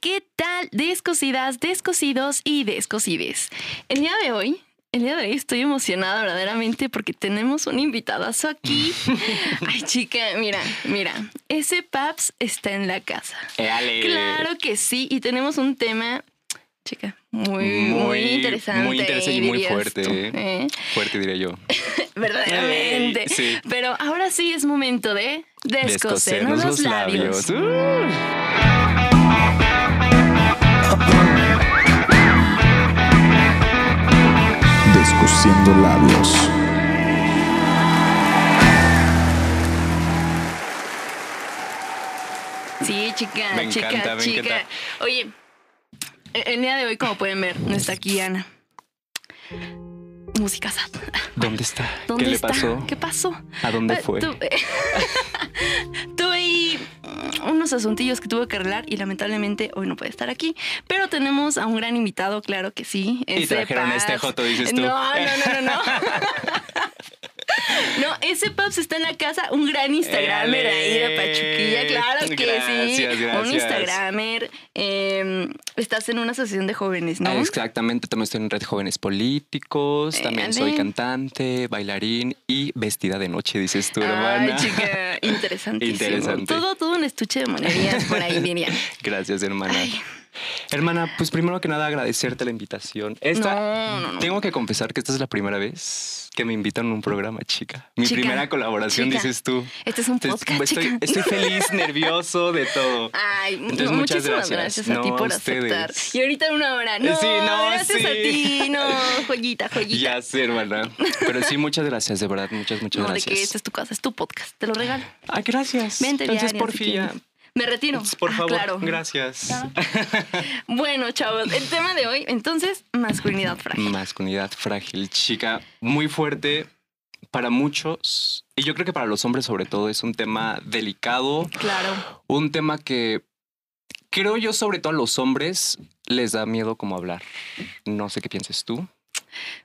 ¿qué tal? Descosidas, descosidos y descosides. El día de hoy, el día de hoy estoy emocionada verdaderamente porque tenemos un invitadazo aquí. Ay, chica, mira, mira, ese Paps está en la casa. Éale. Claro que sí, y tenemos un tema, chica, muy, muy, interesante. Muy interesante y muy dirías fuerte. tú, eh. ¿eh? Fuerte, diría yo. Verdaderamente. Ey, sí. Pero ahora sí es momento de descosernos Descosernos los labios. Mm. Uh. Descosiendo labios. Sí, chica, Me chica, encanta, me chica. encanta. Oye, e- el día de hoy, como pueden ver, no está aquí Ana. Música sad. Uh. ¿Dónde está? ¿Dónde ¿Qué le está? pasó? ¿Qué pasó? ¿A dónde Ah, fue? Tuve, tuve ahí unos asuntillos que tuve que arreglar y lamentablemente hoy no puede estar aquí. Pero tenemos a un gran invitado, claro que sí. Y ese trajeron a este Paps. joto, dices tú. No, no, no, no, no. No, ese Paps está en la casa, un gran Instagramer ahí de Éale. Pachuquilla, claro que sí. Gracias, Un gracias. Instagramer. eh, estás en una asociación de jóvenes, ¿no? Eh, Ah, Exactamente, también estoy en Red Jóvenes Políticos, también soy Éale. cantante, bailarín y vestida de noche, dices tú, Ay, hermana. chica, interesantísimo. Interesante. Todo, todo un estuche de monerías por ahí, dirían. Gracias, hermana. Ay. Hermana, pues primero que nada agradecerte la invitación. Esta, No, no, no. Tengo que confesar que esta es la primera vez que me invitan a un programa, chica. Mi Chica, primera colaboración, chica. dices tú. Este es un Entonces, podcast, estoy, chica. estoy feliz, nervioso, de todo. Ay, Entonces, mu- muchas muchísimas gracias, gracias. a ti No, a por ustedes. Eh, aceptar. Y ahorita en una hora. No, Sí, no, gracias sí. a ti, no, joyita, joyita. Ya sé, hermana. Pero sí, muchas gracias, de verdad, muchas, muchas no, gracias. de que esta es tu casa, es tu podcast, te lo regalo. Ah, gracias. Vente Entonces, diario, por si fin ya. quieres. Me retiro. Por Ah, favor, claro. Ah, gracias. Bueno, chavos, el tema de hoy, entonces, masculinidad Mm. frágil. Masculinidad frágil, chica, muy fuerte para muchos. Y yo creo que para los hombres, sobre todo, es un tema delicado. Claro. Un tema que creo yo, sobre todo a los hombres, les da miedo como hablar. No sé qué pienses tú.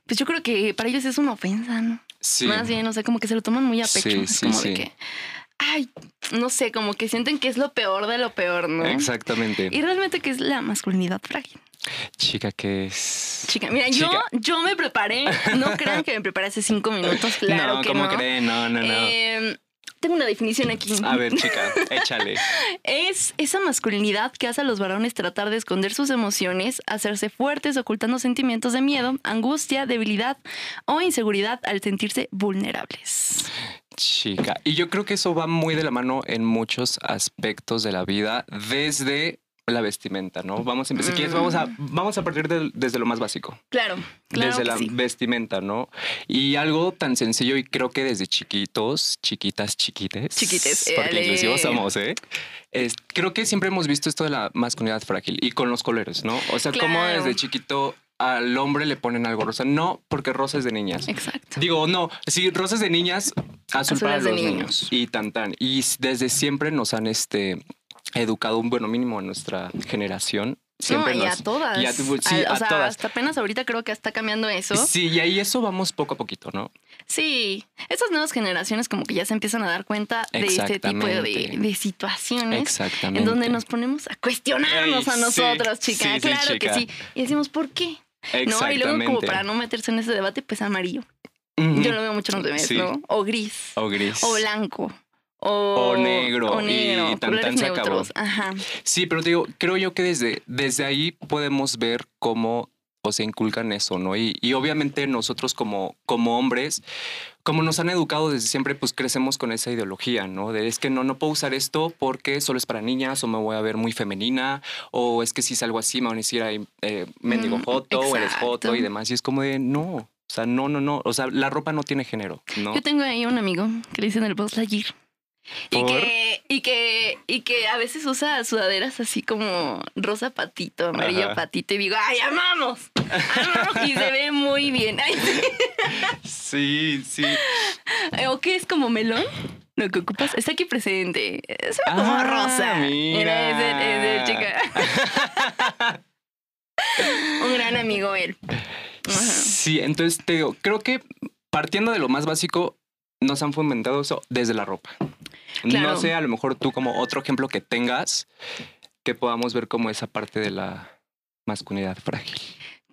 Pues yo creo que para ellos es una ofensa, ¿no? Sí. Más bien, o sea, como que se lo toman muy a Sí, pecho. es sí, como de sí. que, ay, no sé, como que sienten que es lo peor de lo peor, ¿no? Exactamente. Y realmente que es la masculinidad frágil. Chica, que es? Chica, mira, Chica. yo yo me preparé. No crean que me preparé hace cinco minutos, claro no, que ¿cómo no. creen? No, no, no. Eh, tengo una definición aquí. A ver, chica, échale. Es esa masculinidad que hace a los varones tratar de esconder sus emociones, hacerse fuertes ocultando sentimientos de miedo, angustia, debilidad o inseguridad al sentirse vulnerables. Chica, y yo creo que eso va muy de la mano en muchos aspectos de la vida, desde la vestimenta, ¿no? Vamos a empezar, si quieres, vamos a, Mm. vamos a partir del- desde lo más básico, Claro, claro desde que la sí. vestimenta, ¿no? Y algo tan sencillo y creo que desde chiquitos, chiquitas, chiquites. Chiquites, Porque éale. inclusivos somos, ¿eh? Es- creo que siempre hemos visto esto de la masculinidad frágil y con los colores, ¿no? O sea, como Claro. desde chiquito al hombre le ponen algo rosa. No, porque rosa es de niñas. Exacto. Digo, no, sí, rosas de niñas, azul Azul para es de los niños. niños. Y tan tan. Y s- desde siempre nos han este educado un bueno mínimo a nuestra generación. Siempre no, y nos- a todas. y a- sí, Al- o a sea, todas. hasta apenas ahorita creo que está cambiando eso. Sí, y ahí eso vamos poco a poquito, ¿no? Sí, esas nuevas generaciones como que ya se empiezan a dar cuenta de este tipo de, Exactamente. de situaciones Exactamente. en donde nos ponemos a cuestionarnos Ey, a sí, nosotros, sí, chicas. sí, claro que chica. sí. Y decimos, ¿por qué? No, y luego como Exactamente. para no meterse en ese debate, pues amarillo. Ujú. Yo lo veo mucho en los bebés, Sí. ¿no? O gris, O gris. o blanco, o, O negro, o negro, y tan, colores tan se acabó. neutros. Ajá. Sí, pero te digo, creo yo que desde, desde ahí podemos ver cómo o se inculcan eso, ¿no? Y, y obviamente nosotros como, como hombres, como nos han educado desde siempre, pues crecemos con esa ideología, ¿no? De es que no, no puedo usar esto porque solo es para niñas o me voy a ver muy femenina o es que si salgo así me van a decir, ay, eh, mendigo Mm, joto o eres exacto. joto y demás. Y es como de, no, o sea, no, no, no. O sea, la ropa no tiene género, ¿no? Yo tengo ahí un amigo que le dicen el Buzz Lightyear. Y ¿Por? que, y, que, y que a veces usa sudaderas así como rosa patito, amarillo Ajá. patito, y digo, ¡ay, amamos! ¡Amamos! Y se ve muy bien. Ay, sí. Sí, sí. ¿O qué es como melón? Lo que ocupas está aquí presente. Es como Ah, rosa. Mira, es de- es de mira. chica. Un gran amigo él. Ajá. Sí, entonces te digo, creo que partiendo de lo más básico, nos han fomentado eso desde la ropa. Claro. No sé, a lo mejor tú como otro ejemplo que tengas que podamos ver como esa parte de la masculinidad frágil.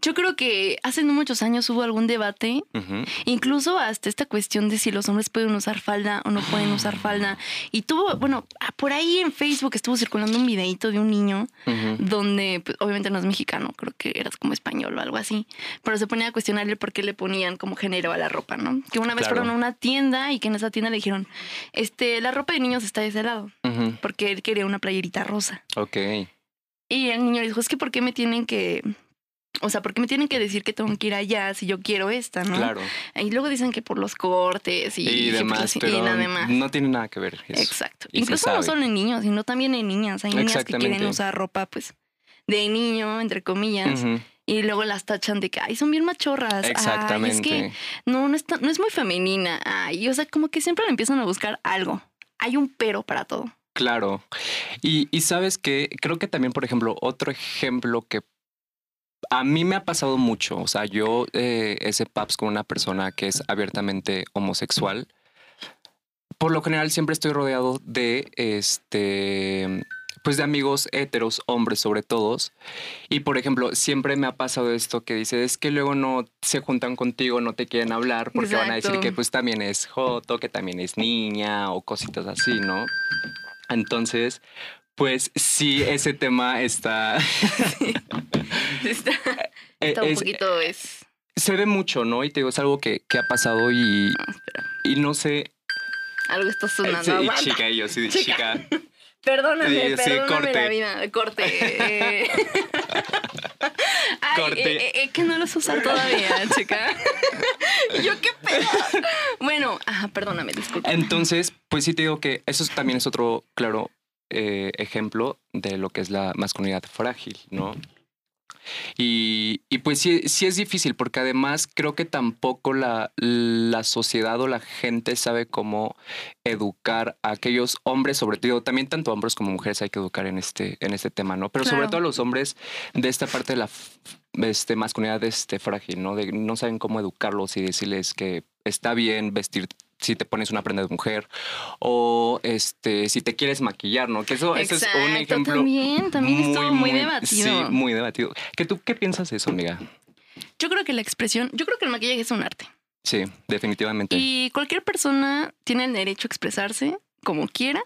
Yo creo que hace no muchos años hubo algún debate, Ujú. incluso hasta esta cuestión de si los hombres pueden usar falda o no pueden usar Ah. falda. Y tuvo, bueno, ah, por ahí en Facebook estuvo circulando un videito de un niño Ujú. donde pues, obviamente no es mexicano, creo que eras como español o algo así, pero se ponía a cuestionarle por qué le ponían como género a la ropa, ¿no? Que una vez Claro. fueron a una tienda y que en esa tienda le dijeron, este, la ropa de niños está de ese lado, Ujú. porque él quería una playerita rosa. Ok. Y el niño le dijo, es que ¿por qué me tienen que... O sea, ¿por qué me tienen que decir que tengo que ir allá si yo quiero esta, no? Claro. Y luego dicen que por los cortes y, Y, que por demás, las- y pero nada más. no tiene nada que ver eso. Exacto. Y se Incluso no sabe. solo en niños, sino también en niñas. Hay niñas que quieren Exactamente. usar ropa, pues, de niño, entre comillas, Ujú. y luego las tachan de que, ay, son bien machorras. ay, Exactamente. es que no, no, está- no es muy femenina. Ay, o sea, como que siempre le empiezan a buscar algo. Hay un pero para todo. Claro. Y, y sabes que creo que también, por ejemplo, otro ejemplo que a mí me ha pasado mucho, o sea, yo eh, ese PAPS con una persona que es abiertamente homosexual, por lo general siempre estoy rodeado de, este, pues de amigos heteros, hombres sobre todos. Y por ejemplo, siempre me ha pasado esto que dice, es que luego no se juntan contigo, no te quieren hablar, porque van a decir Exacto. que pues también es joto, que también es niña o cositas así, ¿no? Entonces, pues sí, ese tema está... Está, está un Eh, es- poquito, es... se ve mucho, ¿no? Y te digo, es algo que, que ha pasado y, ah, espera, y no sé... algo está sonando. Sí, aguanta. chica, y yo sí, Chica. chica. Perdóname, Sí, sí, perdóname corte. la vida. Corte. eh. Ay, Corte. eh, eh, eh, que no los usan todavía, chica. Yo qué pedo. Bueno, ajá, perdóname, disculpa. Entonces, pues sí te digo que eso es- también es otro claro eh, ejemplo de lo que es la masculinidad frágil, ¿no? Y, y pues sí, sí es difícil porque además creo que tampoco la, la sociedad o la gente sabe cómo educar a aquellos hombres, sobre todo, también tanto hombres como mujeres hay que educar en este, en este tema, ¿no? Pero sobre Claro. todo a los hombres de esta parte de la f- este, masculinidad este, frágil, ¿no? De, no saben cómo educarlos y decirles que está bien vestir si te pones una prenda de mujer o este si te quieres maquillar, ¿no? Que eso, eso es un Exacto, ejemplo También, también estuvo muy, debatido. Sí, muy debatido. ¿Qué tú qué piensas de eso, amiga? Yo creo que la expresión, yo creo que el maquillaje es un arte. Sí, definitivamente. Y cualquier persona tiene el derecho a expresarse como quiera.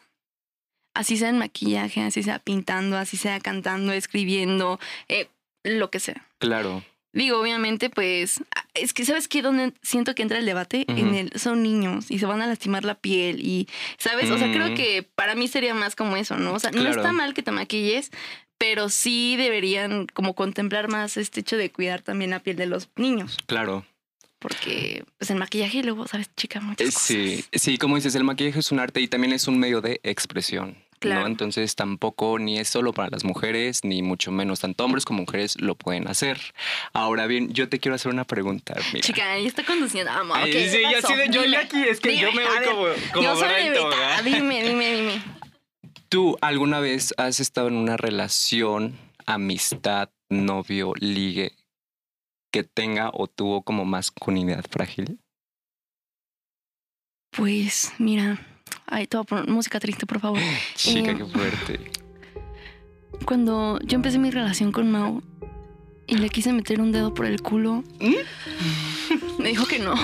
Así sea en maquillaje, así sea pintando, así sea cantando, escribiendo, eh, lo que sea. claro. Digo, obviamente, pues, ah, es que, ¿sabes qué? Donde siento que entra el debate, Ujú. en el, son niños y se van a lastimar la piel y, ¿sabes? O sea, creo Mm. que para mí sería más como eso, ¿no? O sea, no Claro. está mal que te maquilles, pero sí deberían como contemplar más este hecho de cuidar también la piel de los niños, Claro. porque, pues, el maquillaje luego, ¿sabes? Chica, muchas Eh, cosas. Sí, sí, como dices, el maquillaje es un arte y también es un medio de expresión. Claro. ¿no? Entonces tampoco ni es solo para las mujeres, ni mucho menos tanto hombres como mujeres lo pueden hacer. Ahora bien, yo te quiero hacer una pregunta. Mira. Chica, ella está conduciendo. Vamos, Ay, ok, ¿qué Ah, sí, yo pasó? así de- yo Dime, aquí, es que yo dime, a me voy ver, como- como yo soy burra en Bebita, tobogán. Dime, dime, dime. ¿Tú alguna vez has estado en una relación, amistad, novio, ligue que tenga o tuvo como masculinidad frágil? Pues, mira. Ay, te voy a poner música triste, por favor. Chica, Eh, qué fuerte. Cuando yo empecé mi relación con Mau y le quise meter un dedo por el culo, ¿Mm? me dijo que no.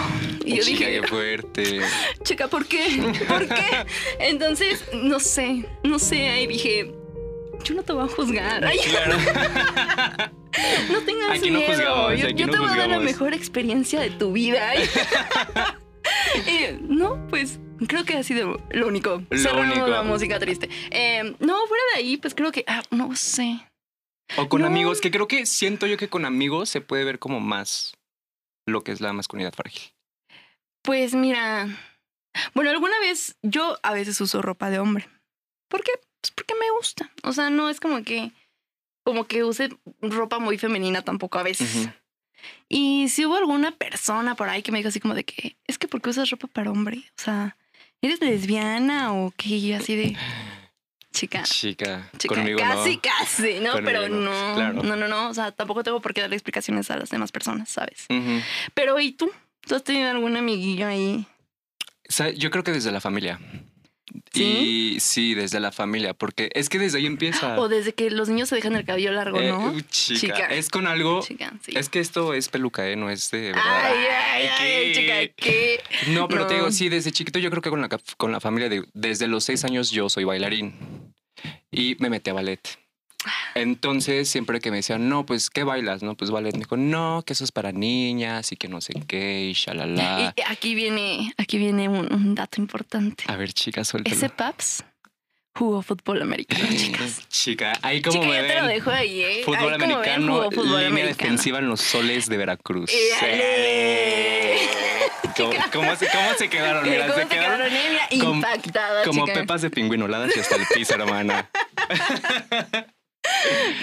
Y yo Chica, dije, qué fuerte. chica, ¿por qué? ¿Por qué? Entonces, no sé, no sé. Ahí dije, yo no te voy a juzgar. Ay, Claro. no tengas Aquí no miedo. juzgamos, yo aquí yo no te voy a dar la juzgamos. mejor experiencia de tu vida. Ay. Eh, no, pues creo que ha sido lo único. Lo Cerramos único. la música triste. Eh, no, fuera de ahí, pues creo que, ah, no sé. O con No. amigos, que creo que siento yo que con amigos se puede ver como más lo que es la masculinidad frágil. Pues mira, bueno, alguna vez yo a veces uso ropa de hombre. ¿Por qué? Pues porque me gusta. O sea, no es como que como que use ropa muy femenina tampoco a veces. Ujú. Y si hubo alguna persona por ahí que me dijo así como de que es que porque usas ropa para hombre, o sea, eres lesbiana o qué, Y yo así de chica. Chica, Chica, conmigo casi, no. casi, ¿no? Conmigo Pero no, no, claro. no, no, no. O sea, tampoco tengo por qué darle explicaciones a las demás personas, ¿sabes? Ujú. Pero, ¿y tú? ¿Tú has tenido algún amiguillo ahí Sa- Yo creo que desde la familia. ¿Sí? Y sí, desde la familia, porque es que desde ahí empieza. O desde que los niños se dejan el cabello largo, Eh, ¿no? uh, chica, Chica. es con algo. Chica, sí. Es que esto es peluca, ¿eh? No es de verdad. Ay, ay, ay, Ay, chica, qué- ¿qué? No, pero te No. digo, sí, desde chiquito yo creo que con la, ca- con la familia, de, desde los seis años yo soy bailarín y me metí a ballet. Entonces siempre que me decían, no, pues, ¿qué bailas? No, pues ballet. Me dijo, no, que eso es para niñas y que no sé qué y shalala. Y aquí viene, aquí viene un, un dato importante. A ver, chicas, suéltalo. Ese Paps jugó fútbol americano, chicas. Chica, ahí como Chica, me yo te lo ven, dejo ahí, ¿eh? Ahí fútbol como ven, americano, jugó fútbol línea americano. defensiva en los soles de Veracruz. Eh, ale. ¿Cómo, cómo se, ¿Cómo se quedaron? Eh, Mira, ¿Cómo se se quedaron? eh? Mira, com- impactada, como chica. pepas de pingüino, ladas y hasta el piso, hermana.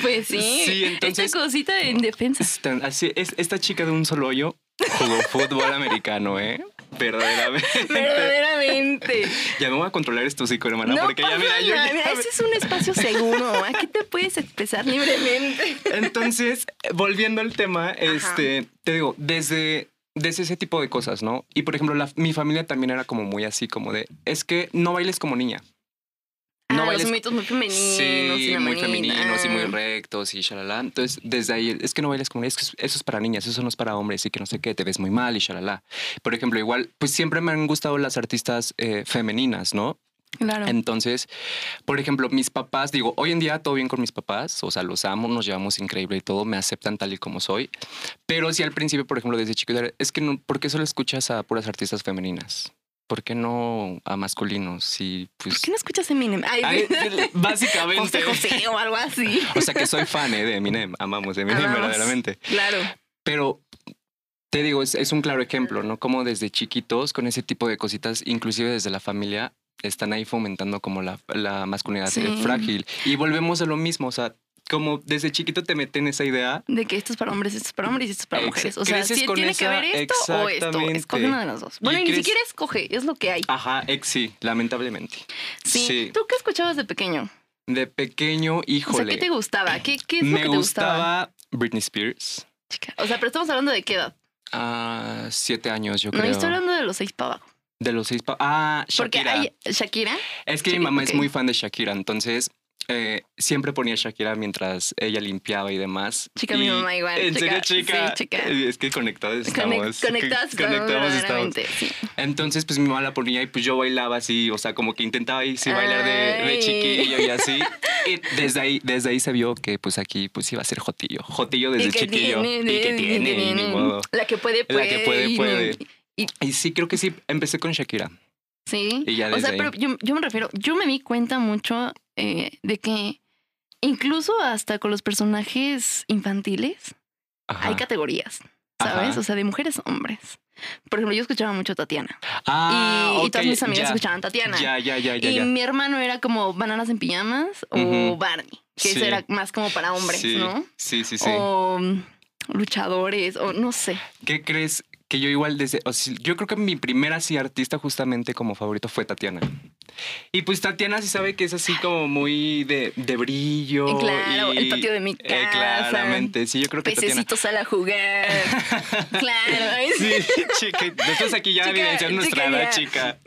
Pues sí. Sí, entonces- Esta cosita en defensa. Tan- así es, esta chica de un solo hoyo jugó fútbol americano, ¿eh? Verdaderamente. Verdaderamente. ya me voy a controlar esto, psico, hermana, no porque pasa ya mira, yo nada. ya- Mira, Este es un espacio seguro. Aquí te puedes expresar libremente. Entonces, volviendo al tema, este, te digo, desde, desde ese tipo de cosas, ¿no? Y por ejemplo, la- mi familia también era como muy así, como de, es que no bailes como niña. ah, los bailes mitos muy femeninos. y Sí, la muy manita. femeninos y muy rectos y shalala. Entonces, desde ahí, es que no bailes como, es que eso es para niñas, eso no es para hombres y que no sé qué, te ves muy mal y shalala. Por ejemplo, igual, pues siempre me han gustado las artistas eh, femeninas, ¿no? Claro. Entonces, por ejemplo, mis papás, digo, hoy en día todo bien con mis papás, o sea, los amo, nos llevamos increíble y todo, me aceptan tal y como soy. Pero si al principio, por ejemplo, desde chiquito, era, es que no, ¿por qué solo escuchas a puras artistas femeninas? ¿Por qué no a masculinos? Sí, ¿Por pues... qué Pues no escuchas Eminem? Ay, Ay, José básicamente. José o algo así. O sea que soy fan eh, de Eminem, amamos a Eminem Amamos. verdaderamente. Claro. Pero te digo, es, es un claro ejemplo, ¿no? Como desde chiquitos, con ese tipo de cositas, inclusive desde la familia, están ahí fomentando como la, la masculinidad Sí. eh, frágil. Y volvemos a lo mismo, o sea, como desde chiquito te meten esa idea. De que esto es para hombres, esto es para hombres y esto es para Ex- mujeres. O sea, creces si con tiene que esa- ver esto o esto. exactamente. Escoge una de las dos. Y Bueno, y ni crees- siquiera escoge, es lo que hay. Ajá, ex, sí, lamentablemente. Sí. sí. ¿Tú qué escuchabas de pequeño? De pequeño, híjole. O sea, ¿qué te gustaba? ¿Qué, qué es lo me que te gustaba? gustaba Britney Spears. chica? O sea, pero estamos hablando de qué edad. a siete años, yo No, creo. yo estoy hablando de los seis para abajo. De los seis. pa- Ah, Porque Shakira. hay Shakira. Es que Sí, mi mamá ok. es muy fan de Shakira, entonces eh, siempre ponía Shakira mientras ella limpiaba y demás. Chica, Y- mi mamá igual, ¿En chica, serio, chica? sí, chica. Eh, Es que conectados estamos. Conect, conectadas que- conectados estamos. verdaderamente, sí. Entonces, pues mi mamá la ponía y pues yo bailaba así, o sea, como que intentaba ahí sí bailar de, de Ay. chiquillo y así. Y desde ahí, desde ahí se vio que pues aquí pues iba a ser Jotillo. Jotillo desde Y que chiquillo. tiene, y que tiene, tiene, ni modo. La que puede, puede. La que puede, y- puede. y- Y sí, creo que sí, empecé con Shakira. Sí. Y ya o desde sea, ahí. pero yo, yo me refiero, yo me di cuenta mucho eh, de que incluso hasta con los personajes infantiles Ajá. hay categorías, ¿sabes? Ajá. O sea, de mujeres a hombres. Por ejemplo, yo escuchaba mucho Tatiana. Ah, y, y ok, todas mis amigas ya. escuchaban Tatiana. Ya, ya, ya, ya, y ya. mi hermano era como Bananas en Pijamas o Ujú. Barney, que Sí. ese era más como para hombres, sí, ¿no? Sí, sí, sí. O mm, luchadores, o no sé. ¿Qué crees que yo igual desde... o sea, yo creo que mi primera así artista justamente como favorito fue Tatiana. Y pues Tatiana sí sabe que es así como muy de, de brillo. Y claro, y- el patio de mi Eh, casa. claramente, sí, yo creo que Tatiana... Pececitos a la jugar. claro. ¿eh? ay, Sí, chica, nosotros aquí ya Chica, evidenciando nuestra chica, edad, ya. chica.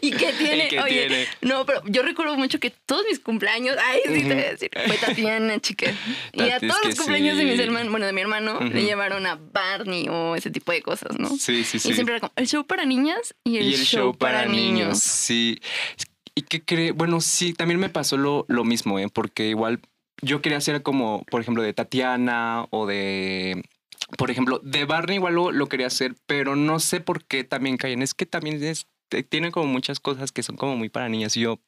¿Y qué tiene? ¿Y qué Oye, tiene? no, pero yo recuerdo mucho que todos mis cumpleaños, ay, sí te voy a decir, fue Tatiana, chica. Y a Tati, es todos que los cumpleaños de mis sí. hermanos, bueno, de mi hermano, Ujú. le llevaron a Barney o ese tipo de cosas, ¿no? Sí, sí, sí. Y siempre era como el show para niñas y el, y el show para niños. Sí. ¿Y qué cree? Bueno, sí, también me pasó lo, lo mismo, ¿eh? porque igual yo quería hacer como, por ejemplo, de Tatiana o de. Por ejemplo, de Barney igual lo, lo quería hacer, pero no sé por qué también caen. Es que también es, te- tiene como muchas cosas que son como muy para niñas y yo.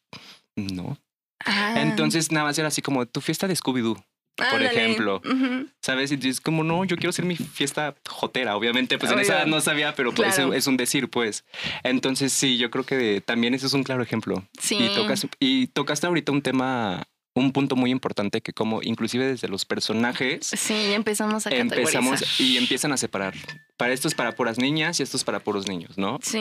No. Ah, Entonces nada más era así como tu fiesta de Scooby-Doo, ándale. ejemplo. Ujú. ¿sabes? Y es como, no, yo quiero hacer mi fiesta jotera. Obviamente, pues en esa Obvio. edad no sabía, pero pues, Claro. es, es un decir, pues. Entonces, sí, yo creo que de- también ese es un claro ejemplo. Sí. Y, tocas, y tocaste ahorita un tema, un punto muy importante que como inclusive desde los personajes Sí, ya empezamos a categorizar. empezamos y empiezan a separar. Para esto es para puras niñas y esto es para puros niños, ¿no? Sí.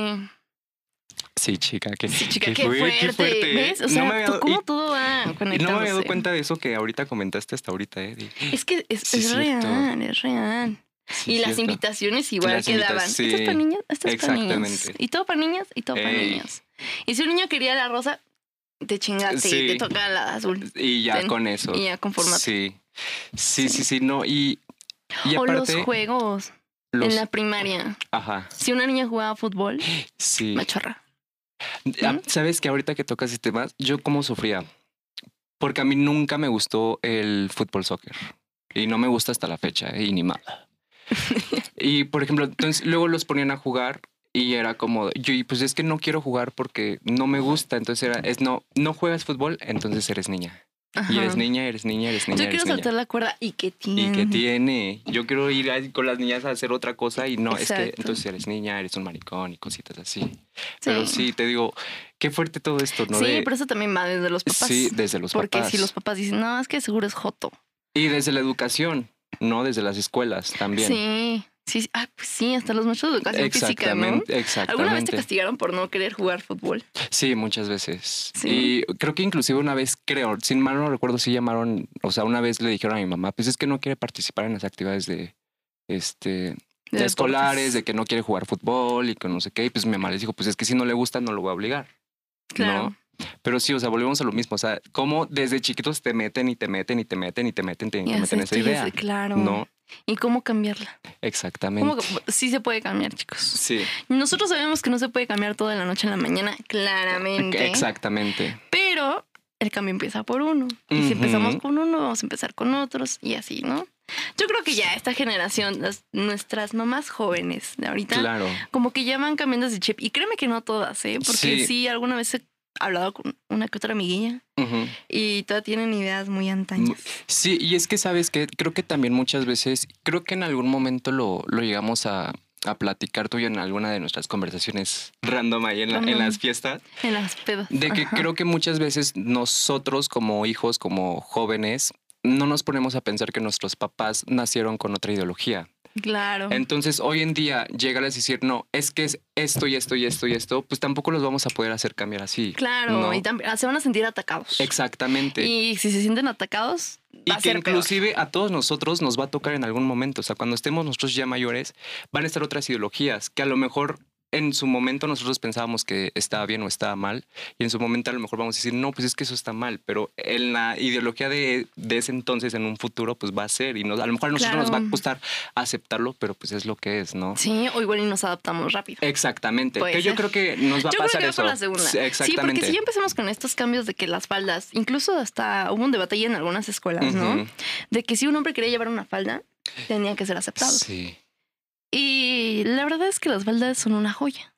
Sí, chica, que, Sí, chica, que qué, fue- fuerte. qué fuerte, ¿eh? ¿Ves? O No sea, me había tú- dado- cómo y- todo va y conectándose. no me había dado cuenta de eso que ahorita comentaste hasta ahorita, ¿eh? Es que es, Sí, es cierto. real, es real. Sí, y las cierto. invitaciones igual Las invita- quedaban. sí, Esto es para niñas, esto es para niñas. exactamente. Y todo para niñas, y todo para Ey. niños. Y si un niño quería la rosa, te chingaste y Sí. te toca la azul. Y ya Ten- con eso. Y ya conformate. Sí. Sí, sí, sí, no. Y, y o los aparte. juegos los- en la primaria. Ajá. Si una niña jugaba fútbol, Sí. machorra. Ah, ¿Mm? Sabes que ahorita que tocas este tema, yo cómo sufría. Porque a mí nunca me gustó el fútbol soccer. Y no me gusta hasta la fecha, eh, y ni nada. y por ejemplo, entonces luego los ponían a jugar y era como, yo, y pues es que no quiero jugar porque no me gusta. Entonces era, es no, no juegas fútbol, entonces eres niña. Y Ajá. eres niña, eres niña, eres niña. Yo eres quiero niña. saltar la cuerda y que tiene. ¿Y qué tiene? Yo quiero ir ahí con las niñas a hacer otra cosa y no, es Exacto. que entonces eres niña, eres un maricón y cositas así. Pero sí, te digo, qué fuerte todo esto, ¿no? Sí, De- pero eso también va desde los papás. sí desde los porque papás. si los papás dicen, no, es que seguro es joto. Y desde la educación, ¿no? Desde las escuelas también. Sí, sí, sí. ah, pues sí, hasta los maestros de educación física, ¿no? exactamente, exactamente. ¿Alguna vez te castigaron por no querer jugar fútbol? Sí, muchas veces. Sí. Y creo que inclusive una vez, creo, sin mal no recuerdo, sí llamaron, o sea, una vez le dijeron a mi mamá, pues es que no quiere participar en las actividades de, este, De de escolares, deportes. de que no quiere jugar fútbol y que no sé qué. Y pues mi mamá les dijo, pues es que si no le gusta, no lo voy a obligar. Claro. ¿no? Pero sí, o sea, volvemos a lo mismo. O sea, cómo desde chiquitos te meten y te meten y te meten y te meten, te, te Ya sé, meten esa esto ya idea. sé, claro. No, ¿Y cómo cambiarla? exactamente. ¿Cómo que- sí se puede cambiar, chicos. Sí, Nosotros sabemos que no se puede cambiar todo de la noche a la mañana, claramente. exactamente. Pero el cambio empieza por uno. Y si Ujú. empezamos con uno, vamos a empezar con otros y así, ¿no? Yo creo que ya esta generación, las- nuestras mamás jóvenes de ahorita, Claro. como que ya van cambiando ese chip. Y créeme que no todas, ¿eh? Porque sí, Sí. alguna vez he hablado con una que otra amiguilla Ujú. y todas tienen ideas muy antañas. Sí, y es que sabes que creo que también muchas veces, creo que en algún momento lo, lo llegamos a, a platicar tú y yo en alguna de nuestras conversaciones random ahí en, la- en Random. las fiestas, En las pedas. de que Ajá. creo que muchas veces nosotros como hijos, como jóvenes, no nos ponemos a pensar que nuestros papás nacieron con otra ideología. Claro. Entonces, hoy en día, llegar a decir, no, es que es esto y esto y esto y esto, pues tampoco los vamos a poder hacer cambiar así. Claro. ¿no? Y también ah, se van a sentir atacados. Exactamente. Y, Y si se sienten atacados, va a que ser inclusive a todos nosotros nos va a tocar en algún momento. O sea, cuando estemos nosotros ya mayores, van a estar otras ideologías que a lo mejor en su momento nosotros pensábamos que estaba bien o estaba mal. Y en su momento a lo mejor vamos a decir, no, pues es que eso está mal. Pero en la ideología de, de ese entonces, en un futuro, pues va a ser. Y nos- a lo mejor a nosotros nos va Claro. a costar aceptarlo, pero pues es lo que es, ¿no? peor. Sí, o igual y nos adaptamos rápido. Exactamente. Puede que ser. yo creo que nos va a Yo creo pasar que va eso. por la segunda. Sí, Sí, porque Exactamente. si ya empezamos con estos cambios de que las faldas, incluso hasta hubo un debate ahí en algunas escuelas, ¿no? Ujú. De que si un hombre quería llevar una falda, tenía que ser aceptado. Sí. Y la verdad es que las faldas son una joya.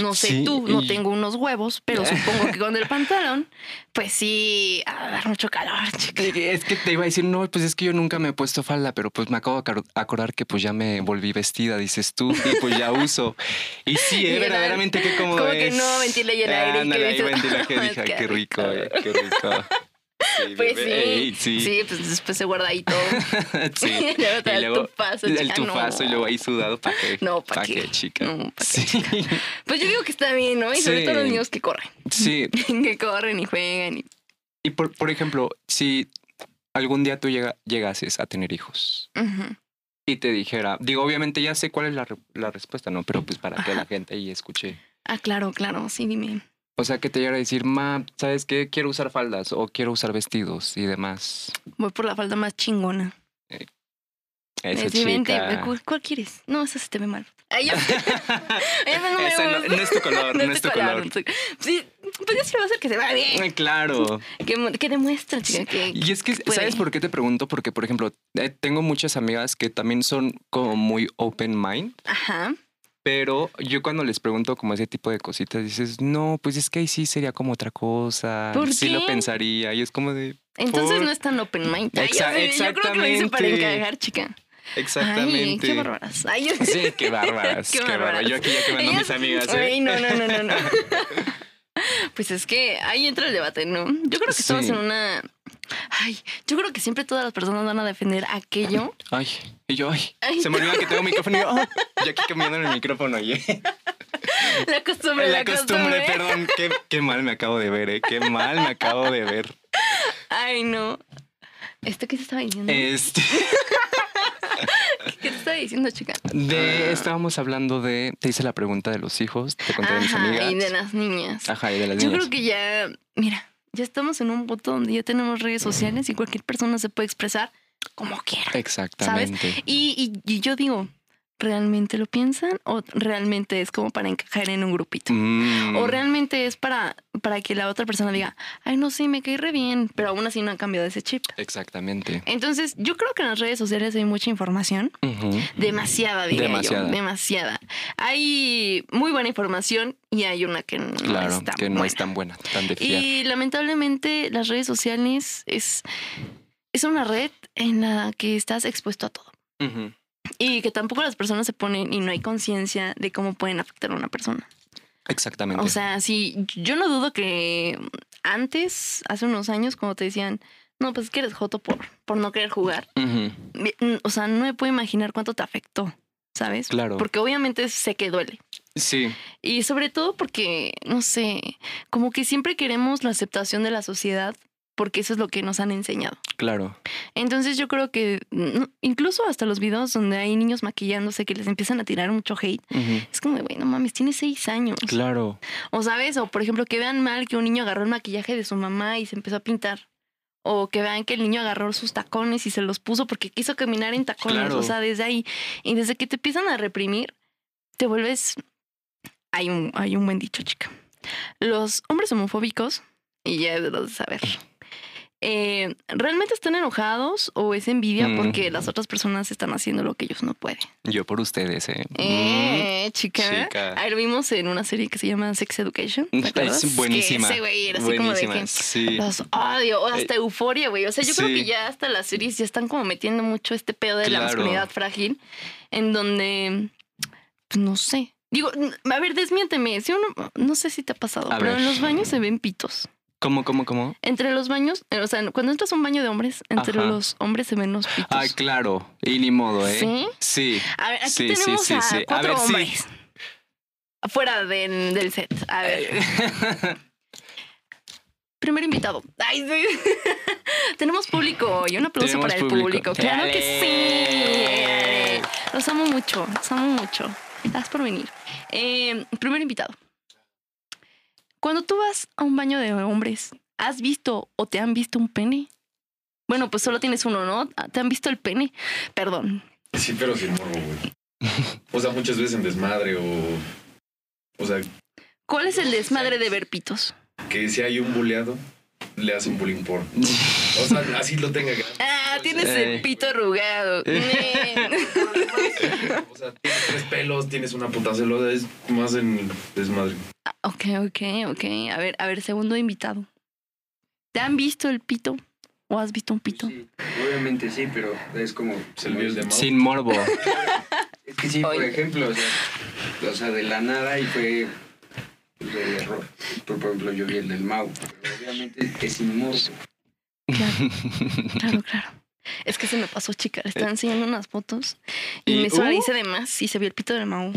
No sé Sí, tú, no y- tengo unos huevos, pero supongo que con el pantalón, pues sí, a dar mucho calor, chica. Es que te iba a decir, no, pues es que yo nunca me he puesto falda, pero pues me acabo de acor- acordar que pues ya me volví vestida, dices tú, y pues ya uso. Y sí, Y eh, el verdaderamente que como como que no, ventilé y el aire y que Ándale, ahí dices, ventila que "Ah, dije, qué qué rico, eh, qué rico. Sí, Pues sí, bebé, ey, sí. sí. pues después se guarda ahí todo. Sí. Y luego te da el tufazo, el chica, no. tufazo y luego ahí sudado para qué. No, ¿pa' ¿Pa' qué? chica. No, ¿pa' qué, sí. Pues yo digo que está bien, ¿no? Y sobre Sí. todo los niños que corren, sí, que corren y juegan y... Y por, por ejemplo, si algún día tú llega, llegases a tener hijos Ujú. y te dijera, digo, obviamente ya sé cuál es la, re- la respuesta, ¿no? Pero pues para que la gente ahí escuche. Ah, claro, claro, sí, dime. O sea, que te llegara a decir, ma, ¿sabes qué? Quiero usar faldas o quiero usar vestidos y demás. Voy por la falda más chingona. Esa Así, vente, chica. ¿cu- ¿Cuál quieres? No, esa se te ve mal. Ay, ya sé. Esa no me Esa gusta. no- no es tu color, no es tu color. no es tu- Sí, pues ya se lo va a hacer que se vea bien. Ay, Claro. Que, mu- que demuestra, chica, que... Y es que, puede. ¿sabes por qué te pregunto? Porque, por ejemplo, eh, tengo muchas amigas que también son como muy open mind. Ajá. Pero yo cuando les pregunto como ese tipo de cositas, dices, no, pues es que ahí sí sería como otra cosa. ¿Por sí lo qué? pensaría. Y es como de, Entonces Por- no es tan open mind. Ay, ya Exa- sé, yo creo que lo hice para exactamente. encajar, chica. Ay, exactamente. qué bárbaras. Ay, yo- sí, qué bárbaras. Qué qué bárbaras. bárbaras. Yo aquí ya quemando a mis Ellas- amigas. ¿eh? Ay, no, no, no, no, no. pues es que ahí entra el debate, ¿no? Yo creo que estamos Sí. en una. Ay, yo creo que siempre todas las personas van a defender aquello. Ay, y yo, ay, Ay. se me olvida que tengo micrófono. Y yo, ah, yo aquí cambiando en el micrófono. Y, La costumbre, la, la costumbre, perdón. Qué, qué mal me acabo de ver, ¿eh? Qué mal me acabo de ver. Mm. Eh, Ay, no. ¿Esto qué te estaba diciendo? Este, ¿Qué te estaba estoy diciendo, chica? De, estábamos hablando de, te hice la pregunta de los hijos, te conté de mis Ajá, amigas. y de las niñas. Ajá, y de las Yo niñas. creo que ya, mira, ya estamos en un punto donde ya tenemos redes sociales y cualquier persona se puede expresar como quiera. Exactamente. Y, y- y yo digo, ¿realmente lo piensan o realmente es como para encajar en un grupito? Mm. O realmente es para, para que la otra persona diga, ay, no sé, me caí re bien, pero aún así no han cambiado ese chip. Exactamente. Entonces, yo creo que en las redes sociales hay mucha información. Ujú. Demasiada, diría Demasiada. yo. Demasiada. Hay muy buena información y hay una que no Claro, está que no buena. es tan buena, tan de fiar. Y lamentablemente las redes sociales es, es una red en la que estás expuesto a todo. Ujú. Y que tampoco las personas se ponen y no hay conciencia de cómo pueden afectar a una persona. Exactamente. O sea, sí, yo no dudo que antes, hace unos años, cuando te decían, no, pues es que eres joto por, por no querer jugar, Ujú. mm, o sea, no me puedo imaginar cuánto te afectó, ¿sabes? Claro. Porque obviamente sé que duele. Sí, Y sobre todo porque, no sé, como que siempre queremos la aceptación de la sociedad porque eso es lo que nos han enseñado. claro. Entonces yo creo que mm, incluso hasta los videos donde hay niños maquillándose que les empiezan a tirar mucho hate, Ujú. es como, de, güey, no mames, tiene seis años. Claro. O sabes, o por ejemplo, que vean mal que un niño agarró el maquillaje de su mamá y se empezó a pintar. O que vean que el niño agarró sus tacones y se los puso porque quiso caminar en tacones. Claro. O sea, desde ahí. Y desde que te empiezan a reprimir, te vuelves. Hay un, hay un buen dicho, chica. Los hombres homofóbicos, y ya es de saber. eh, ¿Realmente están enojados o es envidia Mm. porque las otras personas están haciendo lo que ellos no pueden? Yo por ustedes, ¿eh? Eh, chica. chica. Ahí lo vimos en una serie que se llama Sex Education. ¿te Mm. acuerdas? Es buenísima. Que ese güey era así buenísima. como de que Sí. Eh, los odio, o hasta euforia, güey. O sea, yo creo Sí. que ya hasta las series ya están como metiendo mucho este pedo de Claro. la masculinidad frágil, en donde, pues, no sé. Digo, n- a ver, desmiénteme. Si uno, no sé si te ha pasado, A pero ver. en los baños se ven pitos. ¿Cómo, cómo, cómo? Entre los baños, eh, o sea, cuando entras a un baño de hombres, entre Ajá. los hombres se ven los pitos. Ah, claro. Y ni modo, ¿eh? ¿Sí? Sí. A ver, aquí Sí, sí, tenemos sí, a sí. A cuatro ver, sí. hombres. Fuera del, del set. A ver. Eh. Primer invitado. Ay, sí. Tenemos público y un aplauso Tenemos para el público. público. Claro que ¡Dale! sí. Los amo mucho, los amo mucho. Gracias por venir. Eh, primer invitado. Cuando tú vas a un baño de hombres, ¿has visto o te han visto un pene? Bueno, pues solo tienes uno, ¿no? ¿Te han visto el pene? Perdón. Sí, pero sin morbo, güey. O sea, muchas veces en desmadre o. O sea, ¿Cuál es el desmadre de ver pitos? que si hay un boleado, le hacen bullying por. O sea, así lo tenga. grande. Ah, tienes Ey. el pito arrugado. Men. O sea, tienes tres pelos, tienes una puta celosa, es más en desmadre. Ok, ok, ok. A ver, a ver, segundo invitado. ¿Te han visto el pito? ¿O has visto un pito? Sí, obviamente sí, pero es como... Se le vio el de Mau. Sin morbo. Es que sí, por ejemplo, o sea, o sea, de la nada y fue de error. Por por ejemplo, yo vi el del Mau. pero obviamente es sin morbo. Claro, claro, claro. Es que se me pasó, chica. Le estaba enseñando unas fotos y, Y- me hice de más y se vio el pito del Mau.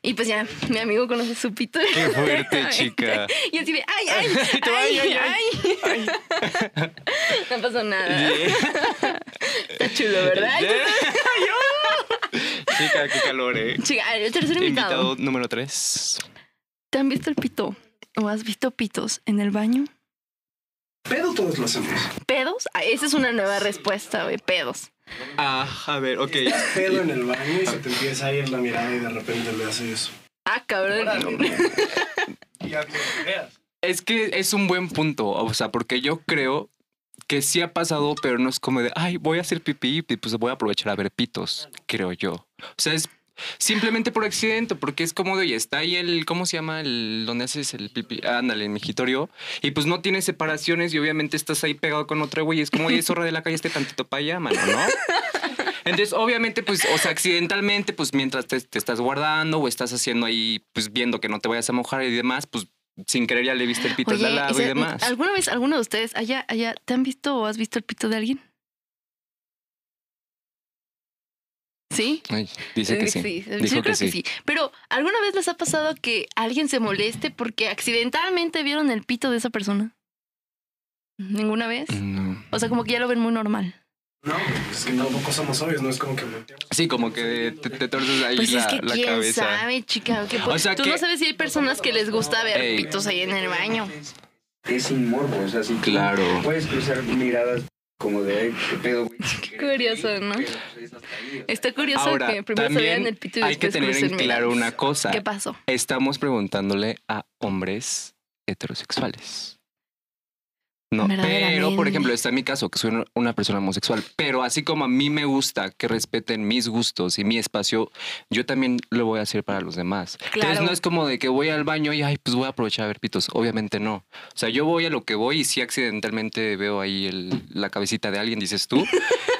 Y pues ya, mi amigo conoce su pito. Qué fuerte, chica. Y así de, ay, ay, ay, ay, No pasó nada. Está chulo, ¿verdad? Chica, qué calor, ¿eh? Chica, el tercer Invitado número tres. ¿Te han visto el pito? ¿O has visto pitos en el baño? Pero todos lo hacemos. ¿Pedos? Ah, esa es una nueva respuesta, güey. Pedos. Ah, a ver, ok. pedo en el baño Ah. y se te empieza a ir la mirada y de repente le haces eso. Ah, cabrón. Es que es un buen punto, o sea, porque yo creo que sí ha pasado, pero no es como de, ay, voy a hacer pipí y pues voy a aprovechar a ver pitos, creo yo. O sea, es simplemente por accidente, porque es como de, oye, está ahí el, ¿cómo se llama? El, donde haces el pipí, ándale, el migitorio, y pues no tienes separaciones y obviamente estás ahí pegado con otro güey, y es como, oye, zorra de la calle, este tantito para allá, mano, ¿no? Entonces, obviamente, pues, o sea, accidentalmente, pues mientras te, te estás guardando o estás haciendo ahí, pues viendo que no te vayas a mojar y demás, pues sin querer ya le viste el pito al de al lado y Isa, demás. ¿alguna vez alguno de ustedes allá, allá, te han visto o has visto el pito de alguien? ¿Sí? Ay, dice que sí. Yo Dijo creo que que sí. sí. Pero, ¿alguna vez les ha pasado que alguien se moleste porque accidentalmente vieron el pito de esa persona? ¿Ninguna vez? No. O sea, como que ya lo ven muy normal. No, Pues es que tampoco somos obvios, no es como que volteamos. Sí, como que te, te torces ahí Pues la, es que la quién cabeza. sabe, chica. que O sea tú que- no sabes si hay personas que les gusta ver Ey. pitos ahí en el baño. Es sin morbo, o sea, sí. Claro. Puedes cruzar miradas como de, "Ay, qué pedo, güey. Qué curioso, ¿no? Pero, pues, es hasta ahí, o sea. Está curioso Ahora, que primero se también vean el pito y hay que después tener en crucen claro miradas. una cosa. ¿Qué pasó? Estamos preguntándole a hombres heterosexuales. No, pero por Verdaderamente. ejemplo, está en mi caso, que soy una- una persona homosexual, pero así como a mí me gusta que respeten mis gustos y mi espacio, yo también lo voy a hacer para los demás. Entonces Claro. no es como de que voy al baño y ay, pues voy a aprovechar a ver pitos, obviamente no. O sea, yo voy a lo que voy y si accidentalmente veo ahí el- la cabecita de alguien, dices tú,